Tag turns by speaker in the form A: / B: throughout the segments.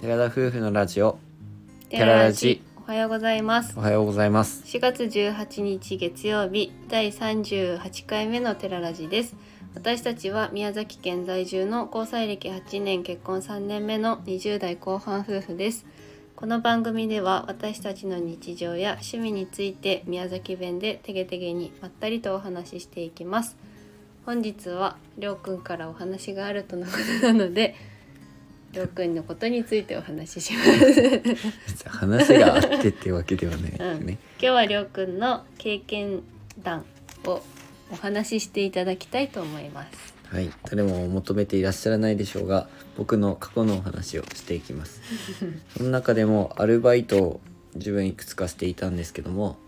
A: 田夫婦のラジオ
B: テララジおはようございます
A: おはようございます
B: 4月18日月曜日第38回目のテララジです私たちは宮崎県在住の交際歴8年結婚3年目の20代後半夫婦ですこの番組では私たちの日常や趣味について宮崎弁でてげてげにまったりとお話ししていきます本日はりょうくんからお話があるとのことなのでりょうくんのことについてお話しします
A: 実は話があってってわけではないね、
B: うん 今日はりょうくんの経験談をお話ししていただきたいと思います。
A: はい誰も求めていらっしゃらないでしょうが僕の過去のお話をしていき ますその中でもアルバイトを自分いくつかしていたんですけども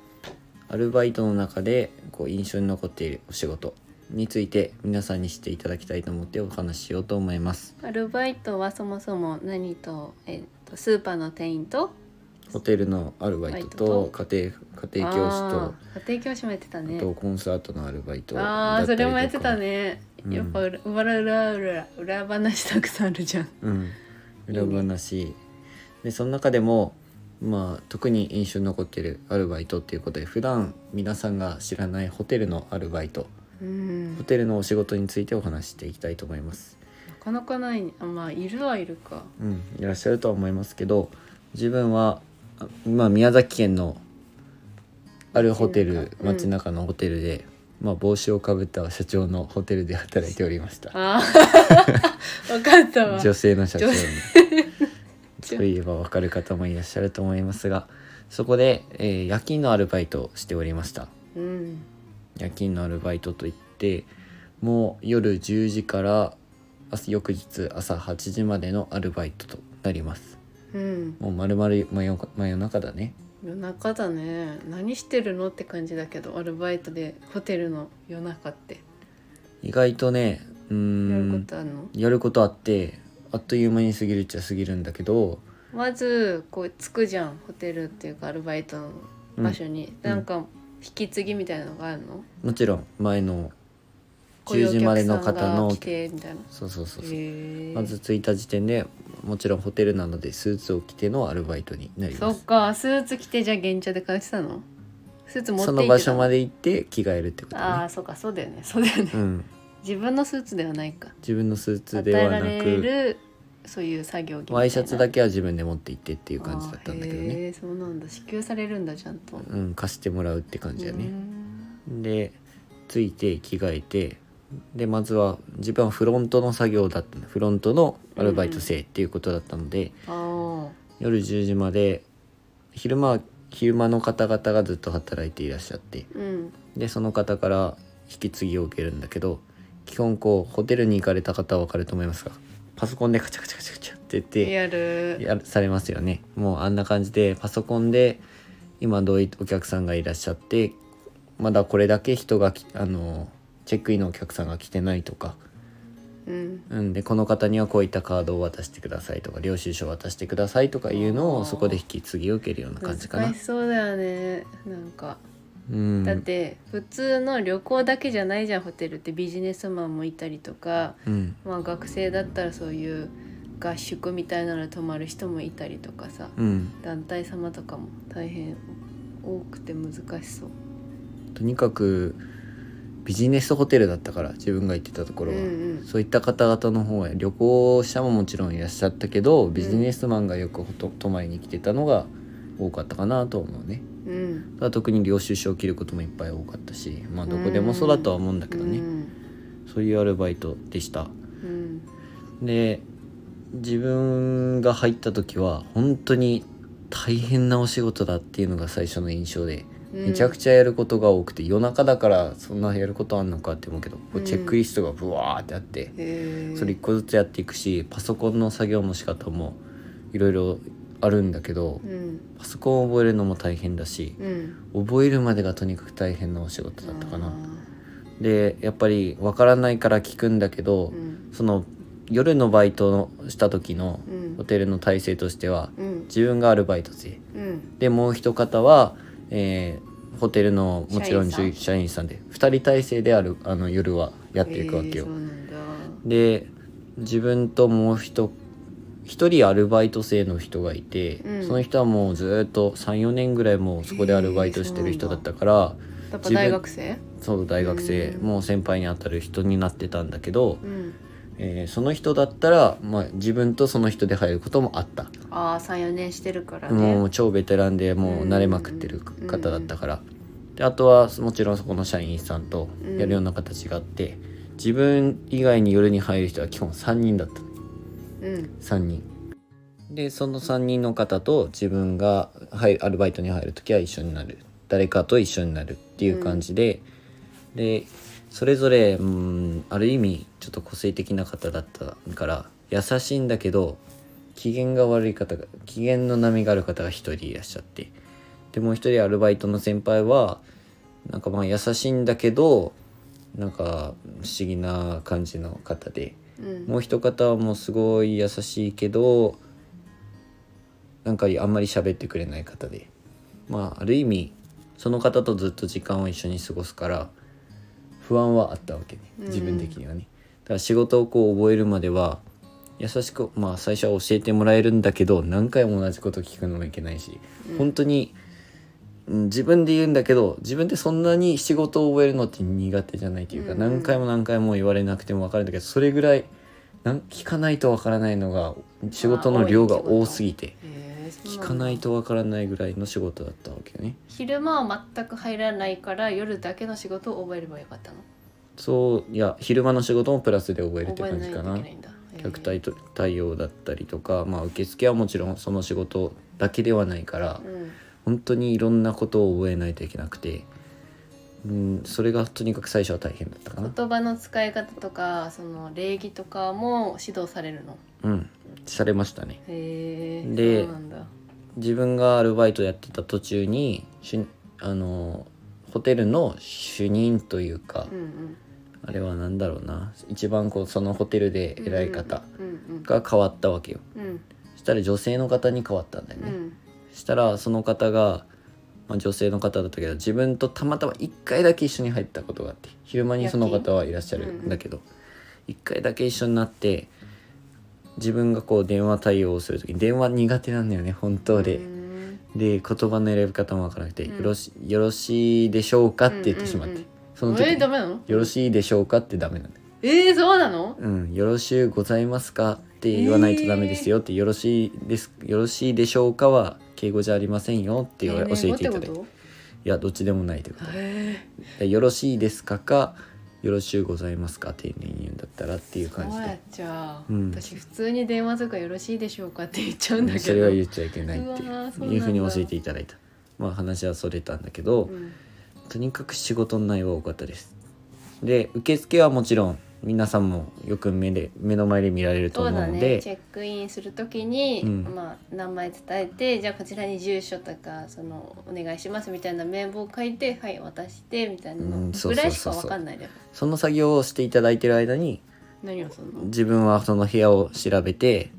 A: アルバイトの中でこう印象に残っているお仕事について皆さんにしていただきたいと思ってお話ししようと思います
B: アルバイトはそもそも何と,、えっとスーパーの店員と
A: ホテルのアルバイトと家庭家庭教師と
B: あー家庭教師もやってたね
A: あとコンサートのアルバイト
B: あ
A: だ
B: あ
A: った
B: そ
A: りと
B: れ
A: か
B: もやってたね、
A: うん
B: やっぱ裏裏裏裏裏話たくさんあるじゃん
A: うん裏話でその中でもまあ特に印象に残ってるアルバイトっていうことで普段皆さんが知らないホテルのアルバイト
B: うん
A: ホ
B: な
A: テルのお仕事についてお話ししていきたいと思います
B: かなかないねあまあいるはいるか
A: うんいらっしゃるとは思いますけど自分はあまあ宮崎県のあるホテル
B: 街中う
A: 街
B: ん
A: 中のホテルで、まあ帽子をかぶった社長のホテルで働いておりました
B: ああ わかったわ
A: 女性の社長に
B: 女
A: といえばわかる方もいらっしゃると思いますがそこで、えー夜勤のアルバイトをしておりました
B: うん
A: 夜勤のアルバイトといってもう夜10時から朝翌日朝8時までのアルバイトとなります
B: うん
A: もう丸々真夜真夜中だね
B: 夜中だね何してるのって感じだけどアルバイトでホテルの夜中って
A: 意外とねうー
B: やるこ
A: ん
B: とあるの
A: やることあってあっという間に過ぎるっちゃ過ぎるんだけど
B: まずこう着くじゃんホテルっていうかアルバイトの場所に、なんか引き継ぎみたいなのがあるの
A: もちろん前の
B: こういう
A: 10時までの
B: お客さ
A: 方
B: んが
A: の
B: 来てみたいな
A: そうそうそうそう
B: へえ
A: まず着いた時点でもちろんホテルなのでスーツを着てのアルバイトになり
B: そ
A: ま
B: っ
A: す
B: かスーツ着てじゃあ現茶で返してたのスーツ持って
A: そ
B: 行ってた
A: の場所まで行って着替えるってこと
B: ああ
A: ね、
B: そうかそうだよねそうだよね、
A: うん、
B: 自分のスーツではないか
A: 自分のスーツ
B: 与
A: で
B: え
A: は
B: ら
A: な
B: れ
A: く
B: るそういう作業着みたいな
A: ワイシャツだ
B: け
A: けは自分で持って行ってっていう感じだったんだけど
B: あー
A: ね、
B: へーそうなんだ支給されるんだちゃんと、
A: うん、貸してもらうって感じだ
B: う
A: ね
B: ん
A: で着いて着替えてでまずは自分はフロントの作業だったのフロントのアルバイト生っていうことだったので、
B: あー
A: 夜10時まで昼間は昼間の方々がずっと働いていらっしゃって
B: うん
A: でその方から引き継ぎを受けるんだけど基本こうホテルに行かれた方は分かると思いますがパソコンでカチャカチャカチャカチャって
B: リ
A: やっ
B: アル
A: てやるされますよねもうあんな感じでパソコンで今どういうお客さんがいらっしゃってまだこれだけ人がきあのチェックインのお客さんが来てないとか、
B: うん
A: うん、でこの方にはこういったカードを渡してくださいとか領収書を渡してくださいとかいうの
B: あー
A: をそこで引き継ぎを受けるような感じかな
B: 難し。そうだよねなんか、
A: うん、
B: だって普通の旅行だけじゃないじゃんホテルってビジネスマンもいたりとか、
A: うん
B: まあ、学生だったらそういう合宿みたいなので泊まる人もいたりとかさ
A: うん
B: 団体様とかも大変多くて難しそう
A: とにかくビジネスホテルだったから自分が行ってたところは、
B: うんうん
A: そういった方々の方へ旅行者ももちろんいらっしゃったけどビジネスマンがよくほと泊まりに来てたのが多かったかなと思うね
B: うん
A: ただ特に領収書を切ることもいっぱい多かったしまあどこでもそうだとは思うんだけど
B: う
A: ね
B: ん
A: そういうアルバイトでした
B: うん
A: で自分が入った時は本当に大変なお仕事だっていうのが最初の印象でめちゃく
B: ゃ
A: ちゃやることが多くて夜中だからそんなやることあんのかって思うけどこう
B: うん
A: チェックリストがブワーってあってそ
B: そ
A: れ一個ずつやっていくしパソコンの作業の仕方もいろいろあるんだけど
B: うん
A: パソコンを覚えるのも大変だし
B: うん
A: 覚えるまでがとにかく大変なお仕事だったか
B: あ
A: な。
B: ー
A: でやっぱりわからないから聞くんだけど
B: うん
A: その夜のバイトをした時の
B: うん
A: ホテルの体制としては
B: うん
A: 自分がアルバイト生
B: うん
A: でもう一方は、えーホテルのもちろん
B: 社員さん
A: 従社員さんで2人体制であるあの夜はやっていくわけ
B: えー
A: よ
B: そう。なんだ
A: で自分ともう一一人アルバイト生の人がいて、
B: うん
A: その人はもうずっと34年ぐらいもうそこでアルバイトしてる人だったから、
B: やっぱ大学生
A: そう大学生、
B: うん
A: もう先輩にあたる人になってたんだけど、
B: うん
A: えーその人だったら、まあ、自分とその人で入ることもあった、
B: ああ34年してるからね
A: もう超ベテランでもう慣れまくってる
B: うん
A: 方だったから、であとはもちろんそこの社員さんとやるような形があって、自分以外に夜に入る人は基本3人だった
B: うん
A: 3人でその3人の方と自分が入アルバイトに入る時は一緒になる誰かと一緒になるっていう感じで、でそれぞれうんある意味ちょっと個性的な方だったから優しいんだけど機嫌が悪い方が機嫌の波がある方が1人いらっしゃってでもう1人アルバイトの先輩はなんかまあ優しいんだけどなんか不思議な感じの方で。
B: うん
A: もう一方はもうすごい優しいけどなんかあんまり喋ってくれない方でまあある意味その方とずっと時間を一緒に過ごすから不安はあったわけね
B: うん
A: 自分的にはね、だから仕事をこう覚えるまでは優しくまあ最初は教えてもらえるんだけど何回も同じこと聞くのもいけないし、
B: うん
A: 本当にうん自分で言うんだけど自分ってそんなに仕事を覚えるのって苦手じゃないっていうか、
B: うん
A: 何回も何回も言われなくても分かるんだけどそれぐらいなん聞かないと分からないのが仕事の量が多すぎて
B: へー
A: 聞
B: そうんだ
A: かないと分からないぐらいの仕事だったわけよね。
B: 昼間は全く入らないから夜だけの仕事を覚えればよかったの
A: そういや昼間の仕事もプラスで覚えるって
B: 覚え
A: 感じ
B: ないと
A: か
B: い
A: な
B: けないんだへー
A: 客体と対応だったりとか、まあ、受付はもちろんその仕事だけではないから
B: うん
A: 本当にいろんなことを覚えないといけなくて、うん、それがとにかく最初は大変だったかな。
B: 言葉の使い方とかその礼儀とかも指導されるの
A: うん、されましたね
B: へえ
A: で
B: そうなんだ
A: 自分がアルバイトやってた途中に主あのホテルの主任というか、
B: うんうん
A: あれは何だろうな一番こうそのホテルで偉い方
B: うん
A: が変わったわけよ
B: うんうん
A: そしたら女性の方に変わったんだよ
B: う
A: ね、
B: ん
A: そしたらその方が、まあ、女性の方だったけど自分とたまたま1回だけ一緒に入ったことがあって昼間にその方はいらっしゃるんだけど、1回だけ一緒になって自分がこう電話対応をする時に電話苦手なんだよね本当で。
B: うん
A: で言葉の選び方もわからなくて、
B: うん
A: よろし「よろしいでしょうか?」って言ってしまって、
B: うんうんうん
A: その時
B: え
A: に
B: ー、ダメなの
A: 「よろしいでしょうか?」ってダメなんだよ
B: えー、そうなの
A: うん「よろしゅうございますか?」って言わないとダメですよって「よろしいですよろしいでしょうか?」は敬語じゃありませんよって言わ教えていただいて「い
B: と
A: やどっちでもない」ということ
B: へ
A: で「よろしいですか?」か「よろしゅうございますか?」丁寧に言うんだったらっていう
B: ー
A: 感じ
B: そうやっ
A: で
B: ちゃう、
A: うん
B: 私普通に電話とかよろしいでしょうかって言っちゃうんだけど
A: それは言っちゃいけないって
B: うわーそうなん
A: い
B: だ
A: うふうに教えていただいた。まあ話はそれたんだけど、
B: うん
A: とにかく仕事の内容は多かったですで受付はもちろん皆さんもよく目で目の前で見られると
B: そう
A: 思う
B: だ
A: の
B: ね
A: で
B: チェックインするときに、
A: うん
B: まあ、名前伝えてじゃあこちらに住所とかそのお願いしますみたいな名簿を書いてはい渡してみたいな
A: う
B: の
A: んそ
B: ぐ
A: うそうそうそう
B: らいしかわかんないで、
A: その作業をしていただいてる間に
B: 何をするの
A: 自分はその部屋を調べて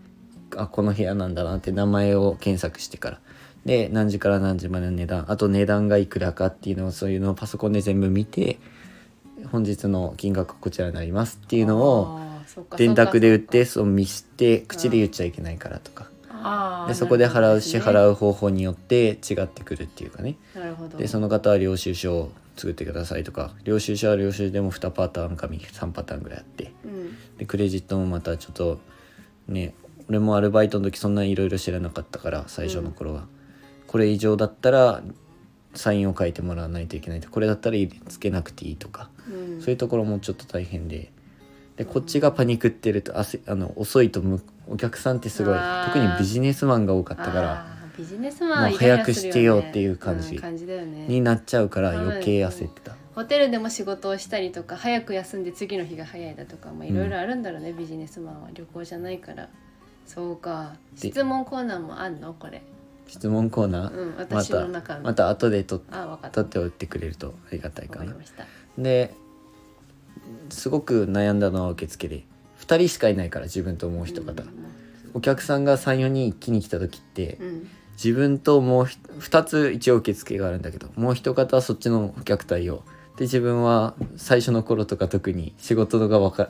A: あこの部屋なんだなって名前を検索してからで何時から何時までの値段あと値段がいくらかっていうのをそういうのをパソコンで全部見て本日の金額こちらになりますっていうのを
B: あーそっか
A: 電卓で売っ
B: そ
A: てそう見して口で言っちゃいけないからとか。
B: っかあー
A: でそこで払う支払
B: う
A: う方法によって違ってくるっていうかね
B: なるほど
A: でその方は領収書を作ってくださいとか領収書は領収書でも2パターンか3パターンぐらいあって
B: うん
A: でクレジットもまたちょっとね俺もアルバイトの時そんないろいろ知らなかったから最初の頃は、これ以上だったらサインを書いてもらわないといけないとこれだったら入れつけなくていいとか
B: うん
A: そういうところもちょっと大変で。でこっちがパニクってるとあせあの遅いとむお客さんってすごい
B: あー
A: 特にビジネスマンが多かったから
B: あービジネスマンは
A: もう
B: イライラする
A: 早くしてよっていう感じ
B: ん感じだよね
A: になっちゃうから余計焦ってた、
B: ホテルでも仕事をしたりとか早く休んで次の日が早いだとかまあいろいろあるんだろうね、ビジネスマンは旅行じゃないからそうか
A: で
B: 質問コーナーもあんのこれ
A: 質問コーナー、
B: うん私の中の、
A: また後でと
B: あ分かった
A: 取っておいてくれるとありがたい
B: 分
A: か
B: かり
A: な
B: ました
A: ですごく悩んだのは受付で2人しかいないから自分ともう一方、お客さんが34人一気に来た時って、
B: うんうん
A: 自分ともうひ2つ一応受付があるんだけどもう一方はそっちのお客対応で自分は最初の頃とか特に仕事がわか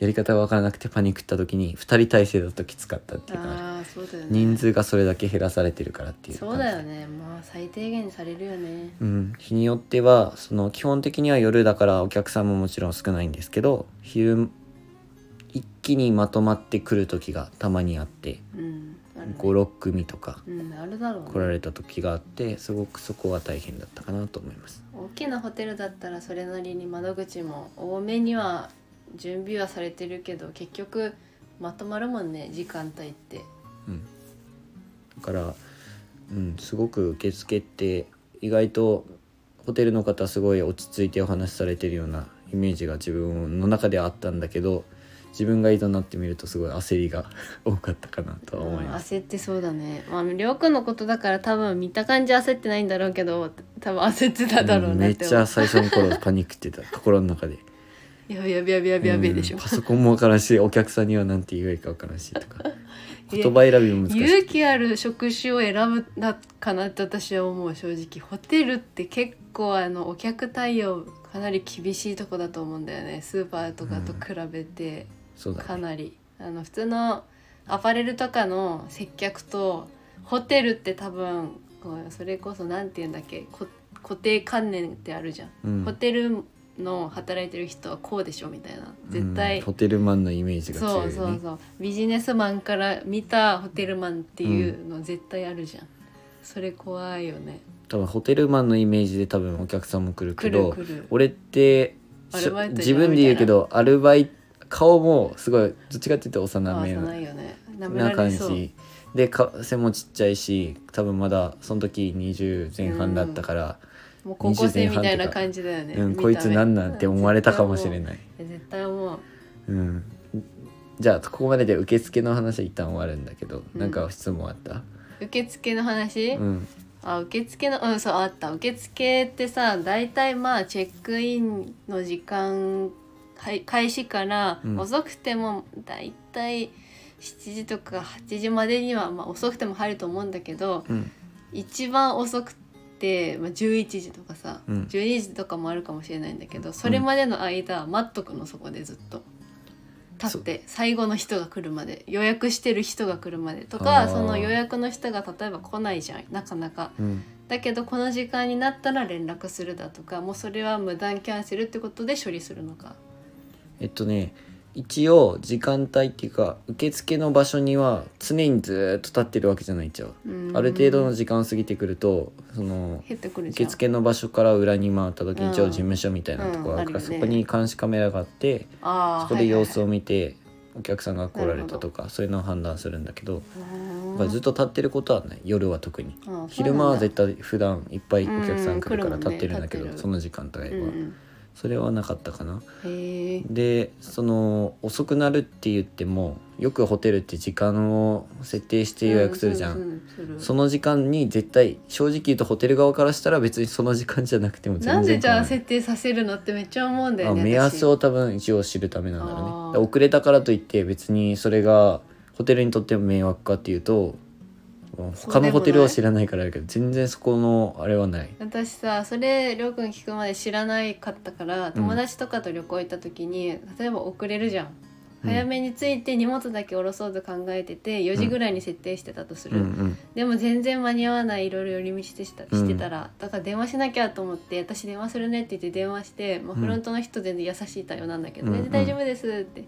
A: やり方が分からなくてパニックった時に2人体制だときつかったっていうか
B: ああそうだよね
A: 人数がそれだけ減らされてるからっていう
B: そうだよねまあ最低限にされるよね
A: うん、日によってはその基本的には夜だからお客さんももちろん少ないんですけど昼一気にまとまってくる時がたまにあって
B: うんあるね
A: 56組とか
B: うんあるだろうね
A: 来られた時があってすごくそこは大変だったかなと思います。
B: 大きなホテルだったらそれなりに窓口も多めには準備はされてるけど結局まとまるもんね時間帯って
A: うん、だから、うん、すごく受付って意外とホテルの方すごい落ち着いてお話しされてるようなイメージが自分の中ではあったんだけど自分がいざなってみるとすごい焦りが 多かったかなとは思います。
B: 焦ってそうだねまありょうくんのことだから多分見た感じ焦ってないんだろうけど多分焦ってただろう
A: うん
B: な
A: め
B: っ
A: ってち
B: 思う
A: ゃ最初の頃パニックってた心の中で
B: やべやべや べやべやべでし
A: う
B: ょ
A: んパソコンも分からんしお客さんには何て言うべきか分からんしとか言葉選びも難しい
B: 勇気ある職種を選ぶなかなって私は思う正直ホテルって結構あのお客対応かなり厳しいとこだと思うんだよねスーパーとかと比べて
A: そうだ
B: か
A: ね
B: なり、あの普通のアパレルとかの接客とホテルって多分こうそれこそ何て言うんだっけこ固定観念ってあるじゃん、
A: うん
B: ホテルの働いてる人はこうでしょみたいな絶対、
A: うんホテルマンのイメージが強い
B: そ
A: よ
B: う
A: ね
B: そうそうビジネスマンから見たホテルマンっていうの絶対あるじゃん、それ怖いよね
A: 多分ホテルマンのイメージで多分お客さんも来るけ
B: く
A: ど
B: るくる
A: 俺って
B: アルバイト
A: 自分で言うけどアルバイ顔もすごいどっちかっていうと幼
B: 回
A: め
B: さないよねなめ
A: な
B: ら
A: 感
B: れそう
A: じでか背もちっちゃいし多分まだその時20前半だったから、
B: もう高校生みたいな感じだよね、
A: うん
B: 見た目
A: こいつなんなんって思われたかもしれない、
B: うん絶対思う
A: うん、じゃあここまでで受付の話は一旦終わるんだけど、
B: うん
A: なんか質問あった、
B: 受付の話、
A: うん
B: あ受付のうんそうあった受付ってさ大体まあチェックインの時間はい開始から
A: うん
B: 遅くても大体7時とか8時までには、まあ、遅くても入ると思うんだけど
A: うん
B: 一番遅くて、まあ、11時とかさ、
A: うん
B: 12時とかもあるかもしれないんだけどそれまでの間は待っとくのそこでずっと。立って最後の人が来るまで予約してる人が来るまでと
A: あ
B: か
A: ー
B: その予約の人が例えば来ないじゃんなかなか
A: うん
B: だけどこの時間になったら連絡するだとかもうそれは無断キャンセルってことで処理するのか
A: えっとね一応時間帯っていうか受付の場所には常にずーっと立ってるわけじゃないっちゃうある程度の時間を過ぎてくるとその
B: 減ってくるじ
A: 受
B: ゃん
A: 付の場所から裏に回った時に一
B: う
A: 応
B: ん
A: 事務所みたいなとこがあるから、
B: うんあるよ
A: そ
B: ね
A: こに監視カメラがあって
B: あー
A: そこで様子を見てお客さんが来られた
B: なる
A: とかそういうのを判断するんだけど
B: はいはいはいう
A: だからずっと立ってることはない夜は特に
B: ーんあーそうなんだ
A: 昼間は絶対普段いっぱいお客さん来るから
B: うん
A: 立ってるんだけ
B: 来る
A: ど
B: もんね立ってる
A: その時間帯
B: うんう
A: は
B: ん
A: それはなかったかな。
B: へえ
A: でその遅くなるって言ってもよくホテルって時間を設定して予約するじゃん、
B: うするする
A: その時間に絶対正直言うとホテル側からしたら別にその時間じゃなくても全然
B: なんでじゃあ
A: 構わない
B: 設定させるのってめっちゃ思うんだよね
A: あ目安
B: 私
A: を多分一応知るためなんだろうね
B: あー
A: だから遅れたからといって別にそれがホテルにとっても迷惑かっていうと他のホテルを知らないからだけど全然そこのあれはない
B: 私さそれりょうくん聞くまで知らないかったから友達とかと旅行行った時に、例えば遅れるじゃん
A: うん
B: 早めに着いて荷物だけ下ろそうと考えてて4時ぐらいに設定してたとす
A: う
B: る、
A: んうん
B: でも全然間に合わないいろいろ寄り道してした
A: うん
B: してたら、だから電話しなきゃと思って「私電話するね」って言って電話して、まあ、
A: うん
B: フロントの人全然優しい対応なんだけ
A: うん
B: ど「全然大丈夫です」って。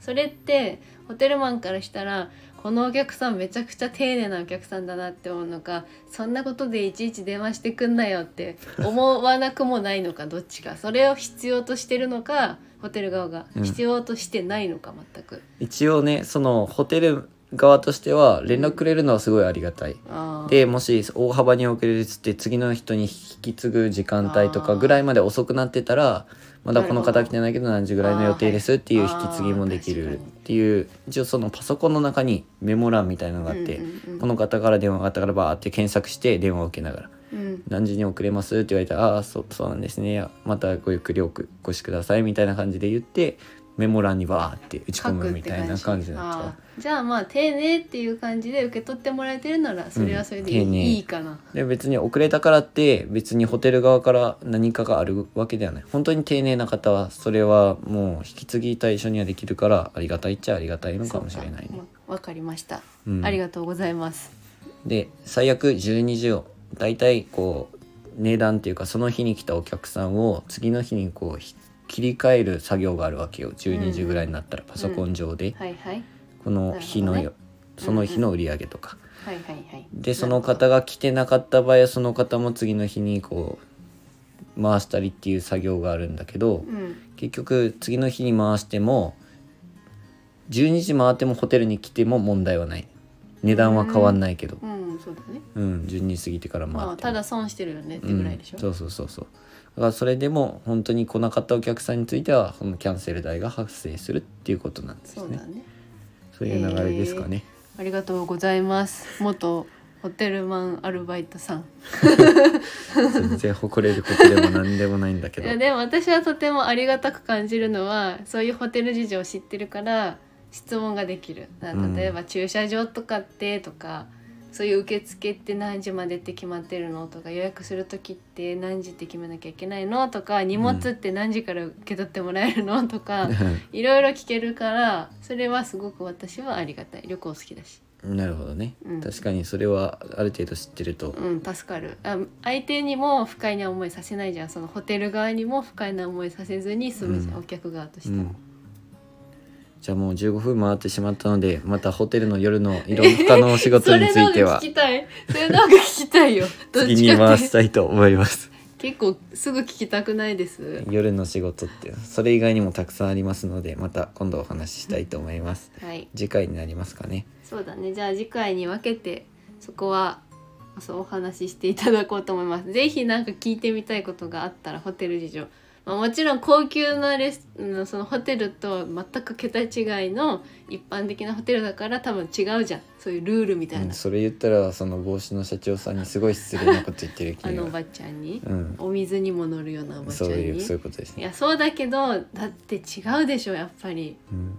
B: それってホテルマンからしたらこのお客さんめちゃくちゃ丁寧なお客さんだなって思うのかそんなことでいちいち電話してくんなよって思わなくもないのかどっちかそれを必要としてるのかホテル側が
A: うん
B: 必要としてないのか全く。
A: 一応ねそのホテル側としては連絡くれるのはすごいありがたい、
B: あー
A: でもし大幅に遅れるっつって次の人に引き継ぐ時間帯とかぐらいまで遅くなってたらまだこの方来てないけど何時ぐらいの予定ですっていう引き継ぎもでき
B: あーは
A: る
B: い
A: っていう一応そのパソコンの中にメモ欄みたいなのがあって、
B: うんうんうん
A: この方から電話があったからバーって検索して電話を受けながら
B: うん
A: 何時に遅れますって言われたら「ああーそうそうなんですねまたごゆっくりおくお越しください」みたいな感じで言ってメモ欄にバーって打ち込
B: 書
A: む
B: く
A: み
B: って
A: たいな感じだった
B: あーじゃあまあ丁寧っていう感じで受け取ってもらえてるならそれはそれでいい,、
A: うん丁寧
B: いいかな
A: で別に遅れたからって別にホテル側から何かがあるわけではない本当に丁寧な方はそれはもう引き継ぎ対象にはできるからありがたいっちゃありがたいのかもしれない
B: そう
A: ね
B: かわわかりました、
A: うん
B: ありがとうございます
A: で最悪12時を大体こう値段っていうかその日に来たお客さんを次の日にこうひ切り替える作業があるわけよ12時ぐらいになったらパソコン上で、
B: はいはい
A: この日の
B: なる
A: よ
B: ほ
A: その日の売り上げとか、
B: はいはいはい
A: でその方が来てなかった場合はその方も次の日にこう回したりっていう作業があるんだけど、
B: うん
A: 結局次の日に回しても12時回ってもホテルに来ても問題はない値段は変わんないけど、
B: うんそうだね
A: うん12時過ぎてから回っても、
B: まあただ損してるよねってぐらいでし
A: う
B: ょ、
A: ん、そうそうそうそうだからそれでも本当に来なかったお客さんについてはそのキャンセル代が発生するっていうことなんですね
B: そ
A: そうう
B: だね
A: いう流れですかね、
B: ありがとうございます元ホテルマンアルバイトさん
A: 全然誇れることでも何でもないんだけ
B: い
A: ど
B: やでも私はとてもありがたく感じるのはそういうホテル事情を知ってるから質問ができるな
A: うん
B: 例えば駐車場とかってとか、そういう受付って何時までって決まってるのとか予約する時って何時って決めなきゃいけないのとか荷物って何時から受け取ってもらえるのとか、 いろいろ聞けるからそれはすごく私はありがたい旅行好きだし。
A: なるほどね、
B: うん
A: 確かにそれはある程度知ってると、
B: うん助かるあ相手にも不快な思いさせないじゃんそのホテル側にも不快な思いさせずに済むじゃん、
A: うん
B: お客側とし
A: う
B: ても
A: ん、じゃあもう15分回ってしまったのでまたホテルの夜のいろんな他のお仕事については
B: それの方が聞きたいそれの方が聞きたいよどっ
A: 次
B: ち
A: に
B: かっ
A: 回
B: て
A: したいと思います
B: 結構すぐ聞きたくないです
A: 夜の仕事ってそれ以外にもたくさんありますのでまた今度お話ししたいと思います
B: はい
A: 次回になりますかね
B: そうだねじゃあ次回に分けてそこはそうお話ししていただこうと思いますぜひなんか聞いてみたいことがあったらホテル事情、まあ、もちろん高級なレスうんそのホテルとは全く桁違いの一般的なホテルだから多分違うじゃんそういうルールみたいな、
A: うん、それ言ったらその帽子の社長さんにすごい失礼なこと言ってる気
B: あのお
A: が
B: ばちゃんに、
A: うん
B: お水にも乗るようなおばち
A: そ
B: ゃ
A: うん
B: に
A: いうそういうことです
B: い
A: ね、
B: やそうだけどだって違うでしょやっぱり
A: うん、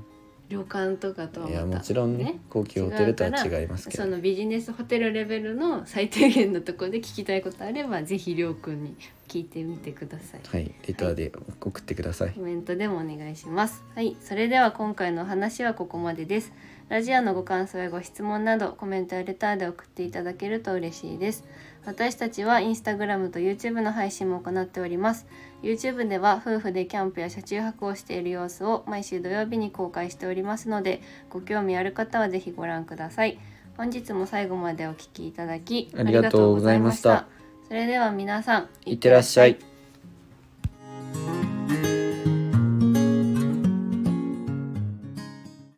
B: 旅館とかとはいま
A: や
B: た
A: もちろんね高級ホテルとは違いますけ
B: そ
A: ど
B: のビジネスホテルレベルの最低限のところで聞きたいことあればぜひりょうくんに聞いてみてください
A: はいレターで送ってください、
B: コメントでもお願いしますはいそれでは今回のお話はここまでですラジオのご感想やご質問などコメントやレターで送っていただけると嬉しいです私たちはインスタグラムと YouTube の配信も行っております YouTube では夫婦でキャンプや車中泊をしている様子を毎週土曜日に公開しておりますのでご興味ある方はぜひご覧ください本日も最後までお聞きいただき
A: ありがとうございました
B: ありがとうございましたそれでは皆さん
A: いってらっしゃい